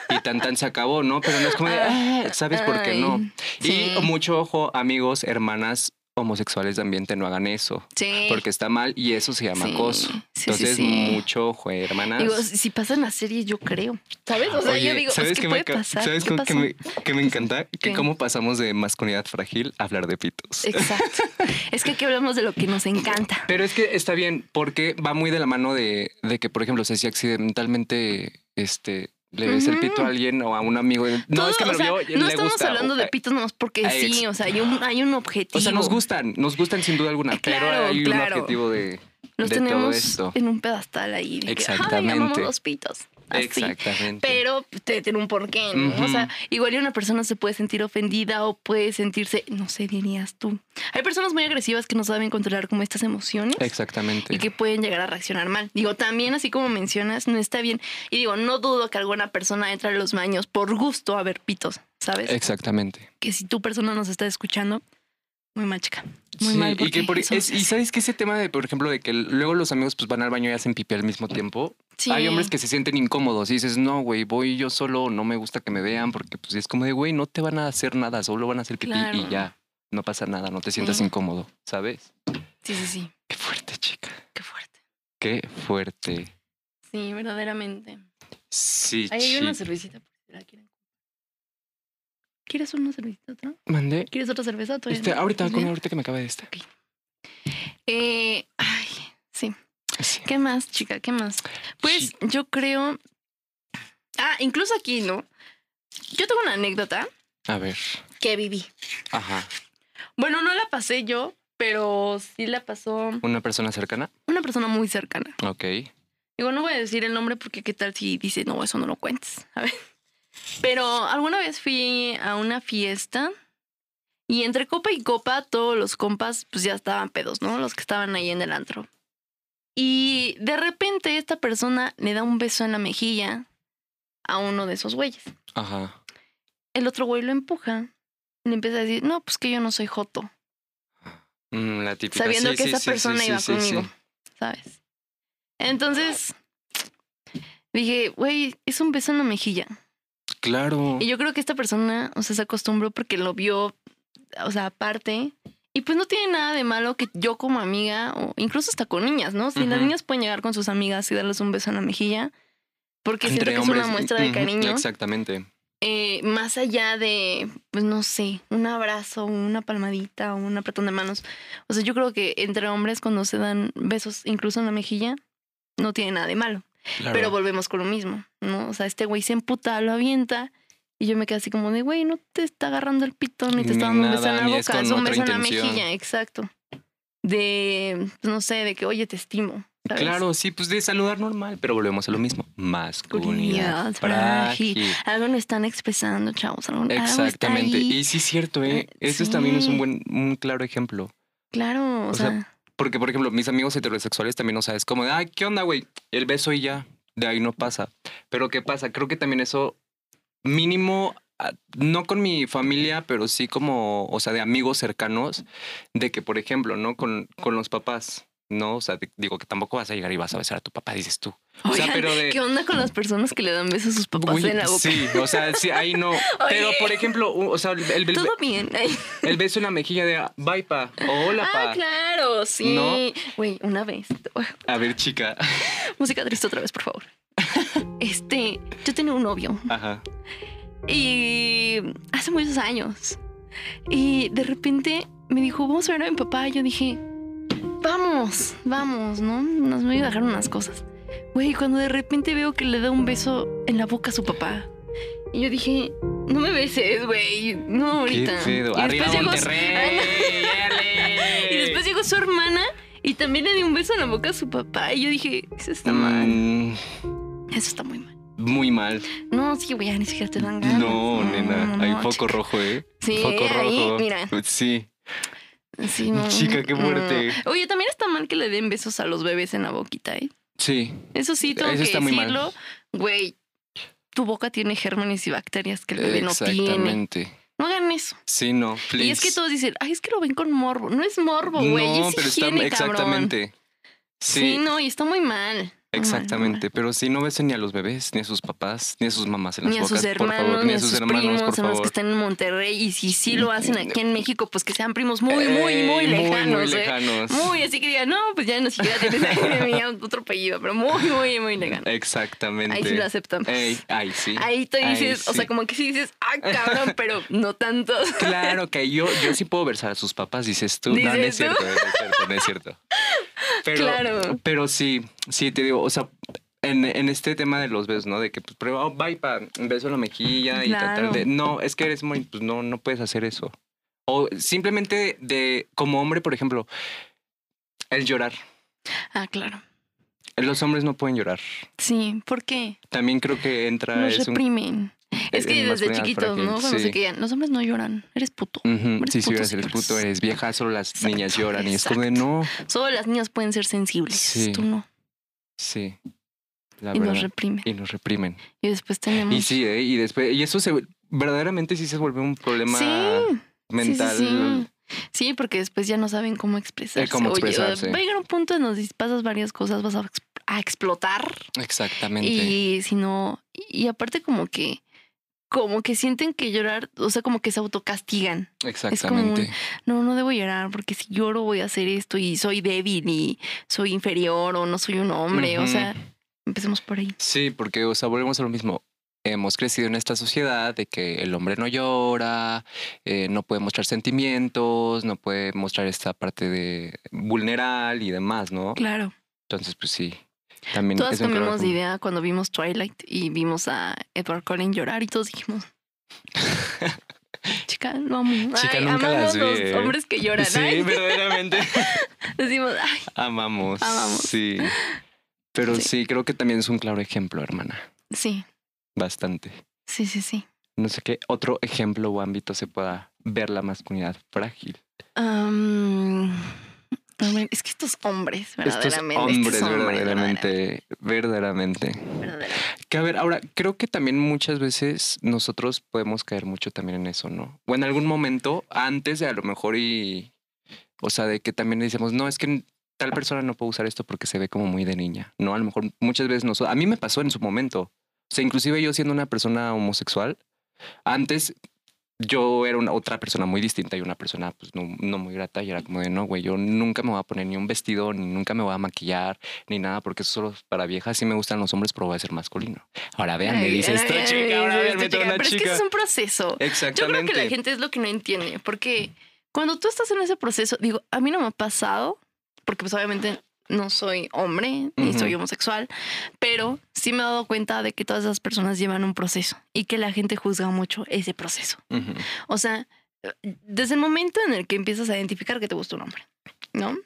y tan tan se acabó, ¿no? Pero no es como de, "Ah, ¿sabes por qué no? Ay, sí. Y mucho ojo, amigos, hermanas homosexuales también te no hagan eso. Sí. Porque está mal y eso se llama Sí, acoso. sí, sí, Entonces, sí. mucho ojo, eh, hermanas. Digo, si si pasa en la serie, yo creo. ¿Sabes? O sea, Oye, yo digo, ¿sabes es que qué me puede ca- pasar. ¿Sabes ¿Qué cómo que pasó? me, que me encanta? ¿Qué? Que cómo pasamos de masculinidad frágil a hablar de pitos. Exacto. es que aquí hablamos de lo que nos encanta. Pero es que está bien, porque va muy de la mano de, de que, por ejemplo, o sea, si accidentalmente este, le ves el pito a alguien o a un amigo, no, Todo, es que me o lo sea, vio, no le estamos gusta. hablando de o- pitos nomás porque Ay, sí, ex- o sea, hay un, hay un objetivo. O sea, nos gustan, nos gustan sin duda alguna, Claro, pero hay claro. un objetivo de, Los de todo tenemos esto. en un pedestal ahí. de que, "Ay, Exactamente. amamos los pitos. Así. Exactamente. Pero te tiene un porqué, ¿no? O sea, igual y una persona se puede sentir ofendida o puede sentirse, no sé, dirías tú. Hay personas muy agresivas que no saben controlar como estas emociones. Exactamente. y que pueden llegar a reaccionar mal. Digo, también así como mencionas, no está bien. Y digo, no dudo que alguna persona entre a los baños por gusto a ver pitos, ¿sabes? Eh. Exactamente. que si tu persona nos está escuchando, muy mal, chica. Muy Sí, mal. y porque que por- eso es- se y hace. sabes que ese tema de, por ejemplo, de que luego los amigos pues van al baño y hacen pipí al mismo tiempo. Sí. Hay hombres que se sienten incómodos y dices, no, güey, voy yo solo, no me gusta que me vean, porque pues es como de, güey, no te van a hacer nada, solo van a hacer pipí Claro. y ya, no pasa nada, no te sientas Sí. incómodo, ¿sabes? Sí, sí, sí. Qué fuerte, chica. Qué fuerte. Qué fuerte. Sí, verdaderamente. Sí, Ahí hay chica. una cervecita. por si la quieren. ¿Quieres una cervecita otra? Mandé. ¿Quieres otra cerveza? Todavía Este, no. ahorita, ¿Estás con bien? ahorita que me acaba de este. Eh, ay, sí. Sí. ¿Qué más, chica? ¿Qué más? Pues Sí. yo creo. Ah, incluso aquí, ¿no? Yo tengo una anécdota A ver. que viví. Ajá. Bueno, no la pasé yo, pero sí la pasó ¿Una persona cercana? una persona muy cercana. Ok. Digo, no voy a decir el nombre porque qué tal si dice, no, eso no lo cuentes. A ver. Pero alguna vez fui a una fiesta y entre copa y copa todos los compas pues ya estaban pedos, ¿no? Los que estaban ahí en el antro. Y de repente esta persona le da un beso en la mejilla a uno de esos güeyes. Ajá. El otro güey lo empuja. y Le empieza a decir, no, pues que yo no soy joto. Mm, la típica. sabiendo Sí, que sí, esa sí, persona sí, iba sí, sí, conmigo, sí. ¿sabes? Entonces dije, güey, es un beso en la mejilla. Claro. Y yo creo que esta persona, o sea, se acostumbró porque lo vio, o sea, aparte. Y pues no tiene nada de malo que yo como amiga, o incluso hasta con niñas, ¿no? Si las Ujú. niñas pueden llegar con sus amigas y darles un beso en la mejilla, porque siento que es una muestra de ujú, cariño Exactamente. eh, más allá de, pues no sé, un abrazo, una palmadita o un apretón de manos. O sea, yo creo que entre hombres cuando se dan besos, incluso en la mejilla, no tiene nada de malo. Claro. Pero volvemos con lo mismo, ¿no? O sea, este güey se emputa, lo avienta. Y yo me quedé así como de, güey, no te está agarrando el pitón ni te está Ni dando un beso en nada, la ni es boca, con es un otra beso en la intención. mejilla, exacto. De, pues, no sé, de que, oye, te estimo. ¿sabes? Claro, sí, pues de saludar normal, pero volvemos a lo mismo. Masculinidad Masculinidad frágil. frágil. Algo lo están expresando, chavos. algo- algo está Exactamente. ahí. Y sí es cierto, ¿eh? Eh, Eso es- también es sí. un buen, un claro ejemplo. Claro, o, O sea, sea Porque, por ejemplo, mis amigos heterosexuales también, o sea, es como de, ay, ¿qué onda, güey? El beso y ya, de ahí no pasa. Pero ¿qué pasa? Creo que también eso, mínimo, ah, no con mi familia, pero sí como, o sea, de amigos cercanos, de que, por ejemplo, ¿no? Con, con los papás, ¿no? O sea, de- digo que tampoco vas a llegar y vas a besar a tu papá, dices tú. O sea, Oigan, pero de... ¿Qué onda con las personas que le dan besos a sus papás Güey, en la boca? Sí, o sea, sí, ahí no. Pero, Oye. por ejemplo, u- o sea, el, el- Todo bien. Ay. el beso en la mejilla de, ah, bye, pa, o hola, pa. Ah, claro, sí. No. Güey, una vez. A ver, chica. Música triste otra vez, por favor. Este, yo tenía un novio Ajá. y hace muchos años. Y de repente me dijo, vamos a ver a mi papá. Yo dije, vamos, vamos, ¿no? Nos voy a dejar unas cosas. Güey, cuando de repente veo que le da un beso en la boca a su papá. Y yo dije, no me beses, güey. No, ahorita. Qué pedo. Y Arriba después llegó su- Monterrey. Y después llegó su hermana y también le dio un beso en la boca a su papá. Y yo dije, eso está mal. Mm, Eso está muy mal. muy mal. No, sí, güey, ya ni siquiera te dan ganas. No, nena. no, Hay no, chica. foco rojo, ¿eh? Sí, foco ahí, rojo. mira. Sí. Sí, no, Chica, qué no. fuerte. Oye, también está mal que le den besos a los bebés en la boquita, ¿eh? Sí. Eso sí, tengo Eso que está muy mal. decirlo. Güey, tu boca tiene gérmenes y bacterias que el bebé no tiene. Exactamente. No hagan eso. Sí, no, please. Y es que todos dicen, ay, es que lo ven con morbo. No es morbo, güey. No, es pero está higiene, cabrón. exactamente. Sí. Sí, no, y está muy mal. Muy mal, muy mal. exactamente. Pero sí, no besen ni a los bebés, ni a sus papás, ni a sus mamás en las Ni a bocas, sus hermanos, por favor. ni a sus, primos, por a los que favor. están en Monterrey. Y si sí lo hacen aquí en México, pues que sean primos muy, muy, muy Ey, lejanos. Muy, muy ¿eh? lejanos. Muy, así que digan, no, pues ya no siquiera tienes ahí de mí otro apellido, pero muy, muy, muy lejano. Exactamente. Ahí sí lo aceptamos. Ey, ahí sí. Ahí te ahí dices, o sí. sea, como que sí dices, ah, cabrón, pero no tanto. Claro que yo, yo sí puedo versar a sus papás, dices tú. no, no Dices es tú. cierto, no es cierto, no es cierto. Pero, Claro. pero sí, sí, te digo, o sea, en, en este tema de los besos, ¿no? De que pues prueba, oh, bye, pa, un beso en la mejilla y Claro. tratar de. No, es que eres muy, pues no, no puedes hacer eso. O simplemente de, como hombre, por ejemplo, el llorar. Ah, claro. Los hombres no pueden llorar. Sí, ¿por qué? También creo que entra. Nos es un- reprimen. Es eh, que desde masculinidad chiquitos, frágil, ¿no? Cuando sí. se quedan, los hombres no lloran, eres puto. Ujú, Eres Sí, sí, puto, eres sí, el tú eres- puto, eres vieja, solo las Exacto, niñas lloran y es como de exacto. no. Solo las niñas pueden ser sensibles, Sí, tú no. Sí. La Y verdad. nos reprimen. y nos reprimen. Y después tenemos... Y sí, ¿eh? y después, y eso se verdaderamente sí se vuelve un problema sí, sí, mental. Eh, sí, sí. Sí, porque después ya no saben cómo expresarse. cómo Oye, expresarse. va a llegar un punto en donde si pasas varias cosas vas a, ex- a explotar. Exactamente. Y si no... Y aparte como que... Como que sienten que llorar, o sea, como que se autocastigan. Exactamente. no, no debo llorar porque si lloro voy a hacer esto y soy débil y soy inferior o no soy un hombre. O Ujú. sea, empecemos por ahí. Sí, porque, o sea, volvemos a lo mismo. Hemos crecido en esta sociedad de que el hombre no llora, eh, no puede mostrar sentimientos, no puede mostrar esta parte de vulneral y demás, ¿no? Claro. Entonces, pues sí. También Todas es un problema cambiamos de idea cuando vimos Twilight y vimos a Edward Cullen llorar y todos dijimos... Chica, lo amo. Chica, Ay, nunca amamos las vi, ¿eh? los hombres que lloran. Sí, Ay, verdaderamente. Decimos, ay, Amamos. Amamos. Sí. Pero sí. Sí. creo que también es un claro ejemplo, hermana. sí, Bastante. sí, sí, sí. No sé qué otro ejemplo o ámbito se pueda ver la masculinidad frágil. Am, a ver, es que estos hombres, Estos verdaderamente. hombres, verdaderamente. verdaderamente, verdaderamente. verdaderamente. Que a ver, ahora creo que también muchas veces nosotros podemos caer mucho también en eso, ¿no? O en algún momento antes de a lo mejor y, o sea, de que también decimos, no, es que tal persona no puede usar esto porque se ve como muy de niña, ¿no? A lo mejor muchas veces nosotros, a mí me pasó en su momento, o sea, inclusive yo siendo una persona homosexual, antes yo era una otra persona muy distinta y una persona pues no, no muy grata y era como de, no, güey, yo nunca me voy a poner ni un vestido, ni nunca me voy a maquillar, ni nada, porque eso solo es para viejas, sí me gustan los hombres, pero voy a ser masculino. Ahora vean, me Ay, dice ay, esta ay, chica, ahora dice vean, me esta trae chica. una Pero es que chica. es un proceso. Yo creo que Exactamente. la gente es lo que no entiende, porque cuando tú estás en ese proceso, digo, a mí no me ha pasado, porque pues obviamente no soy hombre ni Ujú. soy homosexual, pero sí me he dado cuenta de que todas esas personas llevan un proceso y que la gente juzga mucho ese proceso. Ujú. O sea, desde el momento en el que empiezas a identificar que te gusta un hombre, ¿no?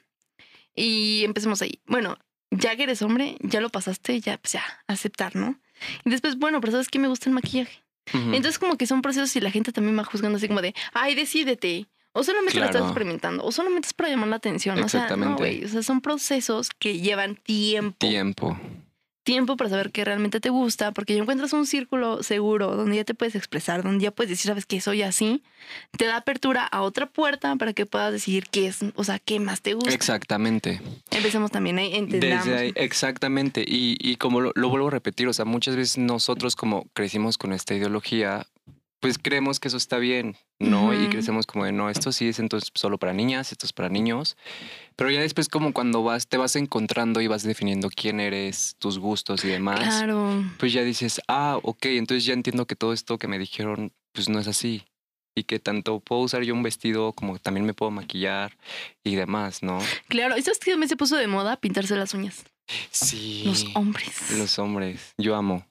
Y empecemos ahí. Bueno, ya que eres hombre, ya lo pasaste, ya, pues ya, aceptar, ¿no? Y después, bueno, pero ¿sabes qué? Me gusta el maquillaje. Ujú. Entonces, como que son procesos y la gente también va juzgando así como de, ay, decídete. O solamente lo Claro. estás experimentando, o solamente es para llamar la atención. O sea, no, Exactamente. güey. O sea, son procesos que llevan tiempo Tiempo. tiempo para saber qué realmente te gusta, porque ya encuentras un círculo seguro donde ya te puedes expresar, donde ya puedes decir, sabes que soy así, te da apertura a otra puerta para que puedas decidir qué es, o sea, qué más te gusta. Exactamente. Empecemos también ahí, entendamos. Desde ahí, exactamente. Y, y como lo, lo vuelvo a repetir, o sea, muchas veces nosotros como crecimos con esta ideología, pues creemos que eso está bien, ¿no? Y Ujú. crecemos como de, no, esto sí es entonces solo para niñas, esto es para niños. Pero ya después como cuando vas, te vas encontrando y vas definiendo quién eres, tus gustos y demás, Claro. pues ya dices, ah, ok, entonces ya entiendo que todo esto que me dijeron, pues no es así. Y que tanto puedo usar yo un vestido como también me puedo maquillar y demás, ¿no? Claro. ¿Y sabes qué también se puso de moda? Pintarse las uñas. Sí. Los hombres. Los hombres. Yo amo.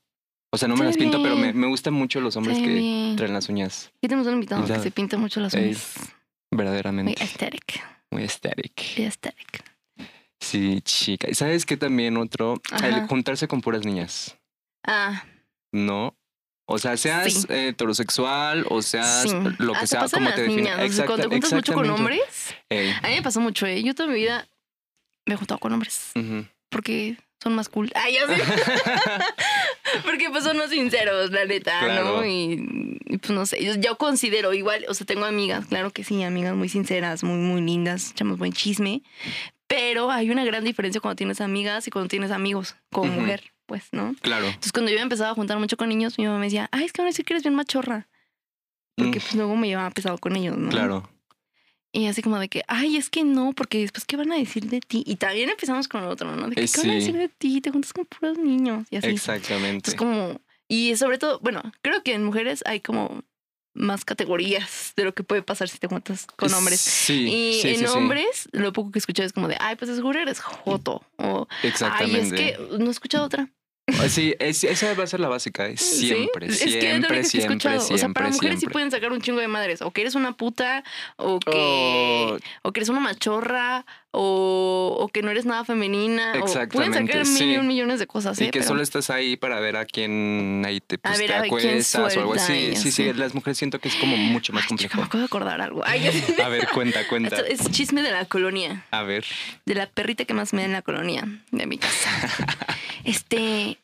O sea, no me Qué las pinto, pero me, bien. me gustan mucho los hombres Qué que bien. traen las uñas Aquí tenemos un invitado que Invitado. se pinta mucho las Ey. uñas. Muy Eh verdaderamente. aesthetic. Muy aesthetic. Muy aesthetic. Sí, chica. ¿Y sabes qué también otro? Ajá. El juntarse con puras niñas. Ah, ¿No? O sea, seas Sí. eh, heterosexual o seas sí. lo Ah, que te sea, pasan como las te niñas. defina. o sea, Exacta- Cuando te juntas mucho con exactamente. hombres, Ey. a mí me pasó mucho, ¿eh? Yo toda mi vida me he juntado con hombres Ujú. porque son más cool. Ay, ya sé. porque pues son más sinceros, la neta, ¿no? Claro. Y, y, pues no sé, yo, yo considero igual, o sea, tengo amigas, claro que sí, amigas muy sinceras, muy, muy lindas, echamos buen chisme, pero hay una gran diferencia cuando tienes amigas y cuando tienes amigos como Ujú. mujer, pues, ¿no? Claro. Entonces, cuando yo me empezaba a juntar mucho con niños, mi mamá me decía, ay, es que van a decir que eres bien machorra. Porque Mm. pues luego me llevaba pesado con ellos, ¿no? Claro. Y así como de que, ay, es que no, porque después, ¿qué van a decir de ti? Y también empezamos con otro, ¿no? De que, Eh, ¿qué van a sí. decir de ti? Te juntas con puros niños y así. Exactamente. Entonces, como, y sobre todo, bueno, creo que en mujeres hay como más categorías de lo que puede pasar si te juntas con hombres. Sí. y sí, en sí, sí. hombres, lo poco que he escuchado es como de, ay, pues de seguro eres joto. O, ay, es Exactamente. que no he escuchado otra. Sí, es- esa va a ser la básica. ¿eh? Sí, Siempre, es que es la siempre, única que he siempre, escuchado. siempre. o sea, para mujeres sí siempre. pueden sacar un chingo de madres. O que eres una puta, o Oh, que, o que eres una machorra, o, o que no eres nada femenina. O pueden Exactamente, sacar sí. mil y un millones de cosas. ¿eh? y que Pero- solo estás ahí para ver a quién ahí te, A pues, ver, te a ver quién acuestas o algo suelta así. y Sí, sí, así. las mujeres siento que es como mucho más Ay, chica, complejo. me acabo de acordar algo. Ay, ya sé. A ver, cuenta, cuenta. Esto es chisme de la colonia. A ver. de la perrita que más me da en la colonia de mi casa. este,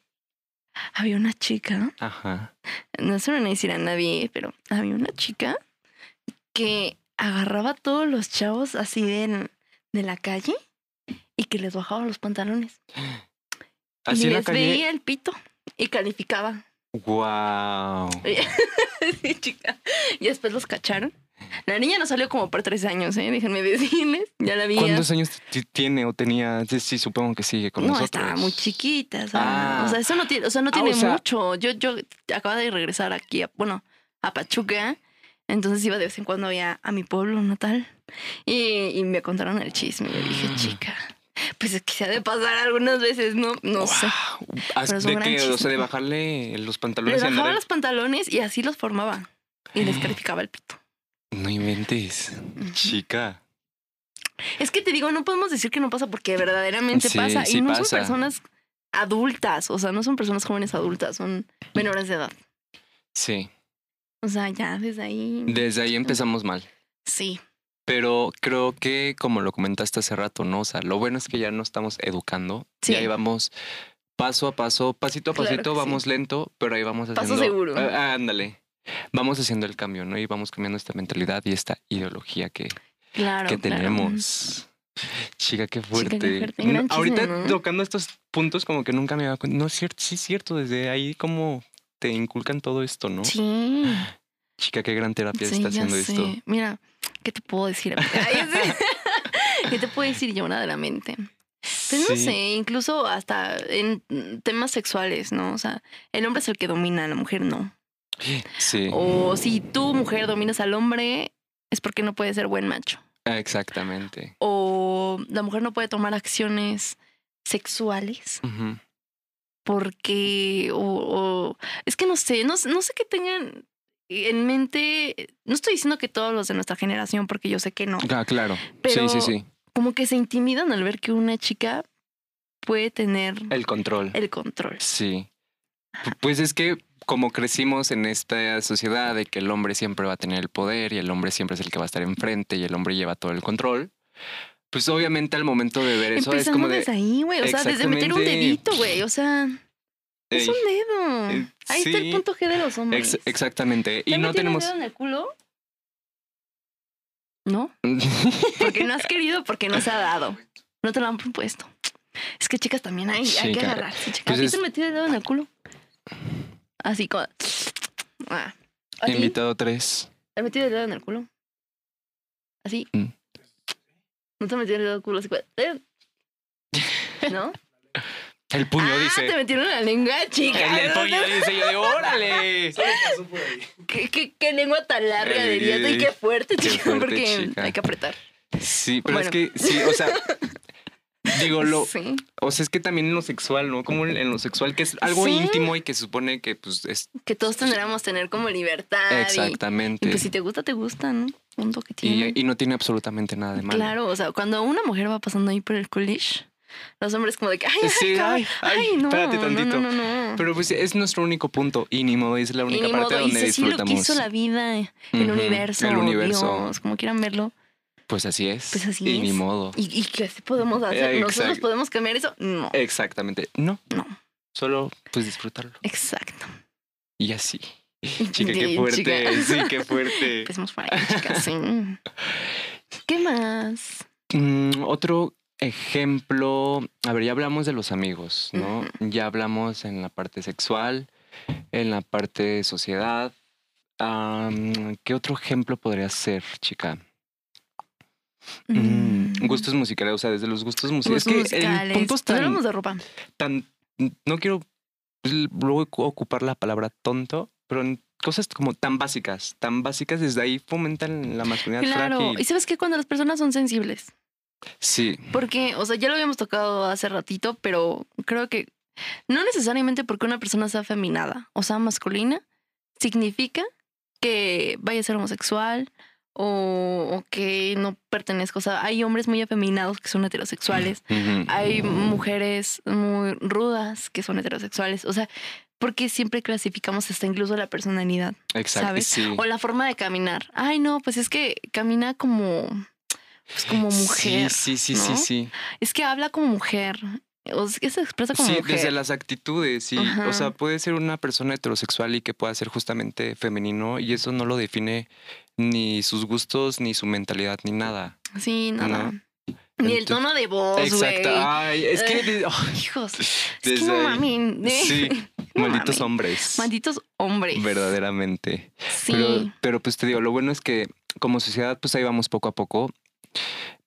había una chica, Ajá. no se lo van a decir a nadie, pero había una chica que agarraba a todos los chavos así de, de la calle y que les bajaba los pantalones. Así y en les la calle. veía el pito y calificaba. Wow. Sí, chica. Y después los cacharon. La niña no salió como por tres años, ¿eh? déjenme decirles. Ya la vi. ¿Cuántos años t- tiene o tenía? Sí, sí, supongo que sigue con no, nosotros. estaba muy chiquita. O sea, Ah. o sea, eso no tiene, o sea, no Ah, tiene o sea- mucho. Yo, yo acababa de regresar aquí, a, bueno, a Pachuca. Entonces iba de vez en cuando había a mi pueblo natal. Y, y me contaron el chisme. Y yo dije, Ah. chica, pues es que se ha de pasar algunas veces, no, no sé. Ah, pero es un ¿De gran qué? O sea, de chisme. bajarle los Les pantalones y bajaba andar. los pantalones y así los formaba. Y Eh. les calificaba el pito. No inventes. Ujú. Chica. Es que te digo, no podemos decir que no pasa porque verdaderamente Sí, pasa. y sí no pasa. son personas adultas, o sea, no son personas jóvenes adultas, son menores de edad. Sí. O sea, ya desde ahí. Desde ahí empezamos mal. Sí. Pero creo que, como lo comentaste hace rato, ¿no? O sea, lo bueno es que ya no estamos educando. Sí. Ya ahí vamos paso a paso, pasito a Claro pasito, que sí. vamos lento, pero ahí vamos haciendo. Paso seguro. Ah, ándale. Vamos haciendo el cambio, ¿no? Y vamos cambiando esta mentalidad y esta ideología que, Claro. que claro. tenemos. Chica, qué fuerte. fuerte, gran chisme, Ahorita ¿no? tocando estos puntos, como que nunca me había. No es cierto, sí es cierto. Desde ahí, como te inculcan todo esto, ¿no? Sí. Chica, qué gran terapia sí, está ya haciendo sé. esto. Mira, ¿qué te puedo decir? amiga? Ay, sí. ¿Qué te puedo decir yo verdaderamente? Pues no Sí. sé, incluso hasta en temas sexuales, ¿no? O sea, el hombre es el que domina, la mujer no. Sí, O si tú, mujer, dominas al hombre, es porque no puede ser buen macho. Ah, exactamente. O la mujer no puede tomar acciones sexuales Ujú. porque o, o- es que no sé, no, sé- no sé qué tengan en mente, no estoy diciendo que todos los de nuestra generación, porque yo sé que no, Ah, claro. Pero- Sí, sí, sí. como que se intimidan al ver que una chica puede tener El control. el control. Eh, Sí. P- Pues es que como crecimos en esta sociedad de que el hombre siempre va a tener el poder y el hombre siempre es el que va a estar enfrente y el hombre lleva todo el control, pues obviamente al momento de ver eso es Empezando como de... desde ahí, güey, o sea, desde meter un Exactamente. dedito, güey, o sea, es "Ey". un dedo. Eh, Ahí está el sí. punto G de los hombres. Ex- exactamente. ¿Te Y han no metido un tenemos... dedo en el culo? No. Porque no has querido, porque no se ha dado. No te lo han propuesto. Es que chicas también hay, hay que Chica, agarrarse. Chicas. pues ¿A ti es- te han metido el dedo en el culo? Así como... Ah. ¿A ti? Invitado 3. ¿Te han metido el dedo en el culo? Así. Mm. No te han metido el dedo en el culo así como... eh. ¿No? El puño ah, dice... te metieron la lengua, chica. El, del puño dice yo de órale. Pasó por ahí. ¿Qué, qué, qué lengua tan larga Ey, dirías? ey, Ay, qué fuerte, qué chica, fuerte, porque chica. hay que apretar. Sí, pero es Bueno. que, sí, o sea, Digo, lo, Sí. o sea, es que también en lo sexual, ¿no? Como en lo sexual, que es algo Sí. íntimo y que se supone que, pues, es... Que todos tendríamos tener como libertad. y- Y, Exactamente. pues si te gusta, te gusta, ¿no? Punto que tiene. Y, y no tiene absolutamente nada de malo. Claro, o sea, cuando una mujer va pasando ahí por el college, los hombres como de que, ay, ay, Sí, cabrón, ay, ay, no, espérate no, tantito". No, no, no. Pero pues es nuestro único punto y ni modo, es la única y ni parte modo, donde hice así lo que disfrutamos. hizo la vida, el Ujú, universo, el o universo. Dios, como quieran verlo. Pues así es. Pues así y ni es. modo. ¿Y, y qué podemos hacer? Eh, ¿Nosotros exacto. Eh. podemos cambiar eso? No. Exactamente. No. No. Solo pues disfrutarlo. Exacto. Y así. Chica, Bien, qué fuerte. chica. Sí, qué fuerte. Empecemos para ahí, chicas. sí. ¿Qué más? Mm, otro ejemplo. A ver, ya hablamos de los amigos, ¿no? Ya hablamos en la parte sexual, en la parte de sociedad. Am, ¿Qué otro ejemplo podría ser, chica? Mm, Mm. Gustos musicales, o sea, desde los gustos musicales. Gustos es que el punto es No tan, hablamos de ropa. tan- no quiero l- luego ocu- ocupar la palabra tonto, pero en cosas como tan básicas, tan básicas desde ahí fomentan la masculinidad Claro. frágil. Y sabes que cuando las personas son sensibles, Sí, Porque, o sea, ya lo habíamos tocado hace ratito, pero creo que no necesariamente porque una persona sea afeminada o sea masculina, significa que vaya a ser homosexual o, o que no pertenezca. O sea, hay hombres muy afeminados que son heterosexuales, ujú, hay mujeres muy rudas que son heterosexuales. O sea, porque siempre clasificamos hasta incluso la personalidad exacto. ¿sabes? sí. o la forma de caminar. Ay, no, pues es que camina como, pues como mujer. Sí, sí, sí, ¿no? sí. Es que habla como mujer. O sea, que se expresa como sí, mujer. desde las actitudes. Y, Ajá. O sea, puede ser una persona heterosexual y que pueda ser justamente femenino y eso no lo define ni sus gustos, ni su mentalidad, ni nada. Sí, nada. No. Ni el Entonces- tono de voz, güey. Exacto. Ay, es que... Eh, de- oh, Hijos. Es que desde no ahí. mamen. ¿eh? Sí, No malditos mamen. hombres. Malditos hombres. Verdaderamente. Sí. Pero, pero pues te digo, lo bueno es que como sociedad, pues ahí vamos poco a poco,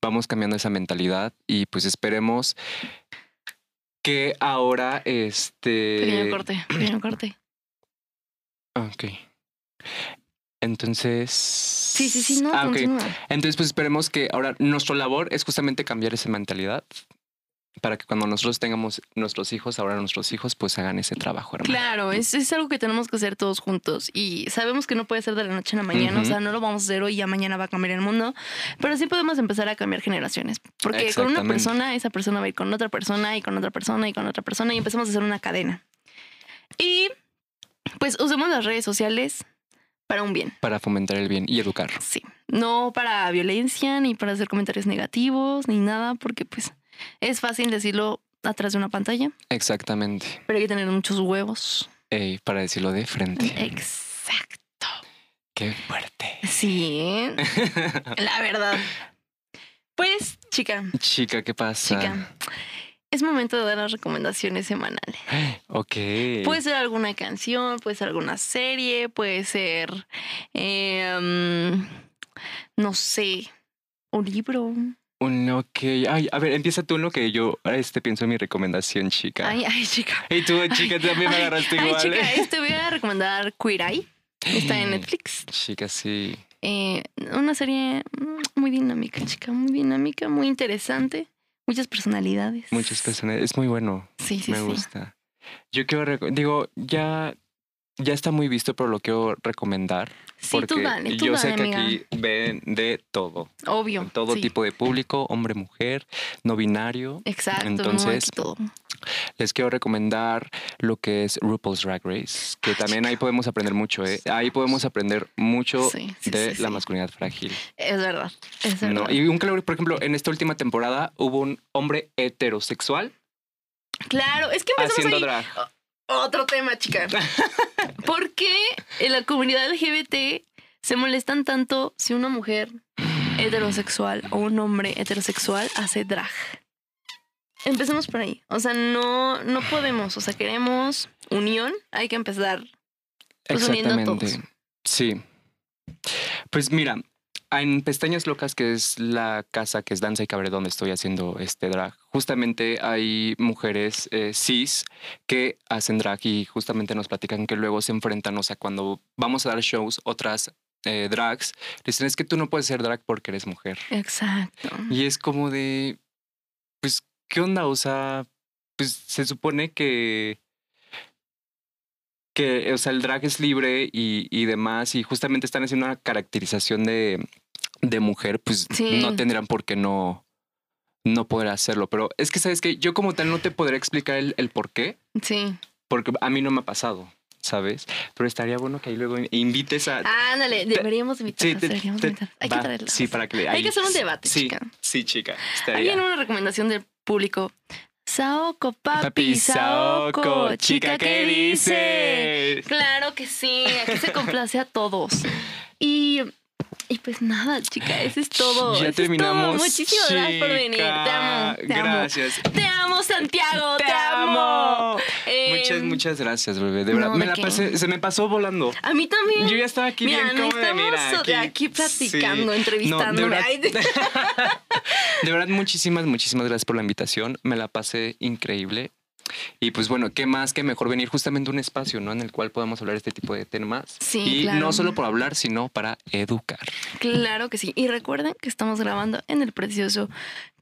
vamos cambiando esa mentalidad y pues esperemos que ahora Pequeño este... corte, pequeño corte. Ok. Entonces... Sí, sí, sí, no, Ah, ok. continúa. Entonces pues esperemos que ahora nuestra labor es justamente cambiar esa mentalidad para que cuando nosotros tengamos nuestros hijos, ahora nuestros hijos pues hagan ese trabajo, hermano. Claro, es, es algo que tenemos que hacer todos juntos y sabemos que no puede ser de la noche a la mañana, o Ujú. sea, no lo vamos a hacer hoy y ya mañana va a cambiar el mundo, pero sí podemos empezar a cambiar generaciones, porque con una Exactamente. persona, esa persona va a ir con otra persona y con otra persona y con otra persona y empezamos a hacer una cadena. Y pues usemos las redes sociales para un bien. Para fomentar el bien y educar. Sí, no para violencia, ni para hacer comentarios negativos, ni nada, porque pues es fácil decirlo atrás de una pantalla, Exactamente. pero hay que tener muchos huevos. Ey, para decirlo de frente. Exacto. Qué fuerte. Sí, ¿eh? la verdad. Pues, chica, Chica, ¿qué pasa? Chica. es momento de dar las recomendaciones semanales. Ok. Puede ser alguna canción, puede ser alguna serie, puede ser, eh, mm, no sé, un libro. Un ok. Ay, a ver, empieza tú en lo que yo este, pienso en mi recomendación, chica. Ay, ay, chica. y tú, chica, también me Ay, agarraste ay, igual. chica, ¿eh? este voy a recomendar Queer Eye. Está en Netflix. Chica, sí. Eh, una serie mm, muy dinámica, chica, muy dinámica, muy interesante. Muchas personalidades. Muchas personas. Es muy bueno. Sí, sí, me sí. gusta. Yo quiero. reco- Digo, ya. Ya está muy visto, pero lo quiero recomendar. Sí, Porque tú dale, tú yo dale, sé que amiga. aquí ven de todo. Obvio. todo sí. tipo de público, hombre, mujer, no binario. Exacto. Entonces, Entonces, Les quiero recomendar lo que es RuPaul's Drag Race, que también ahí podemos aprender mucho, ¿eh? Ahí podemos aprender mucho Sí, sí, de sí, la sí. masculinidad frágil. es verdad. Es ¿no? verdad. Y un claro, por ejemplo, en esta última temporada hubo un hombre heterosexual Claro, es que empezamos haciendo ahí. drag. Otro tema, chica. ¿Por qué en la comunidad LGBT se molestan tanto si una mujer heterosexual o un hombre heterosexual hace drag? Empecemos por ahí. O sea, no, no podemos. O sea, queremos unión. Hay que empezar. Pues uniendo a todos. Exactamente. Sí. Pues mira, en Pestañas Locas, que es la casa que es Danza y Cabaret donde estoy haciendo este drag, justamente hay mujeres eh, cis que hacen drag y justamente nos platican que luego se enfrentan, o sea, cuando vamos a dar shows, otras eh, drags, dicen, es que tú no puedes ser drag porque eres mujer. Exacto. Y es como de, pues, ¿qué onda? O sea, pues se supone que, que o sea, el drag es libre y, y demás, y justamente están haciendo una caracterización de, de mujer, pues Sí. no tendrán por qué no, no poder hacerlo. Pero es que, ¿sabes que Yo como tal no te podré explicar el, el por qué, Sí. porque a mí no me ha pasado, ¿sabes? Pero estaría bueno que ahí luego invites a... Ah, Ándale, deberíamos invitar. te- deberíamos te- invitar. Hay que va, traerlos. Sí, para que... Hay ahí- que hacer un debate, sí, chica. Sí, chica. Hay Estaría. una recomendación del público. Saoko, papi, Papi Saoko, Saoko, chica, ¿qué dices? Claro que sí, aquí se complace a todos. Y, y pues nada, chica, eso es todo. Ya eso es terminamos. todo. Muchísimas gracias por venir. Te amo. Te chica. gracias. amo. Te amo, Santiago. Te, amo. Eh, Muchas, muchas gracias, bebé. De verdad, no, me ¿de la qué? pasé, se me pasó volando. A mí también. Yo ya estaba aquí Mira, bien no cómoda, estamos mira, aquí, platicando, Sí. No, de entrevistándome. verdad- Ay, de- De verdad, muchísimas, muchísimas gracias por la invitación. Me la pasé increíble. Y pues bueno, qué más que mejor venir justamente a un espacio, ¿no? En el cual podamos hablar este tipo de temas. Sí, y claro. no solo por hablar, sino para educar. Claro que sí. Y recuerden que estamos grabando en el precioso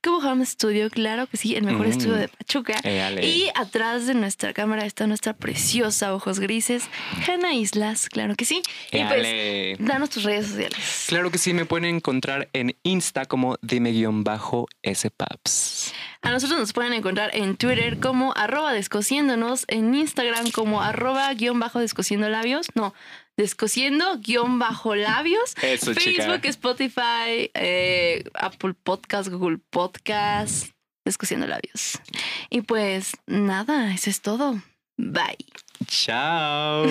Cubo Home Studio. Claro que sí, el mejor Mm. estudio de Pachuca. Eh, ale. Y atrás de nuestra cámara está nuestra preciosa Ojos Grises, Jana Islas. Claro que sí. Y Eh, pues, ale. danos tus redes sociales. Claro que sí, me pueden encontrar en Insta como dime-spaps. A nosotros nos pueden encontrar en Twitter como arroba descosiéndonos, en Instagram como arroba guión bajo descosiendo labios. No, descosiendo guión bajo labios. Eso, Facebook, Spotify, eh, Apple Podcast, Google Podcast, Descosiendo Labios. Y pues nada, eso es todo. Bye. Chao.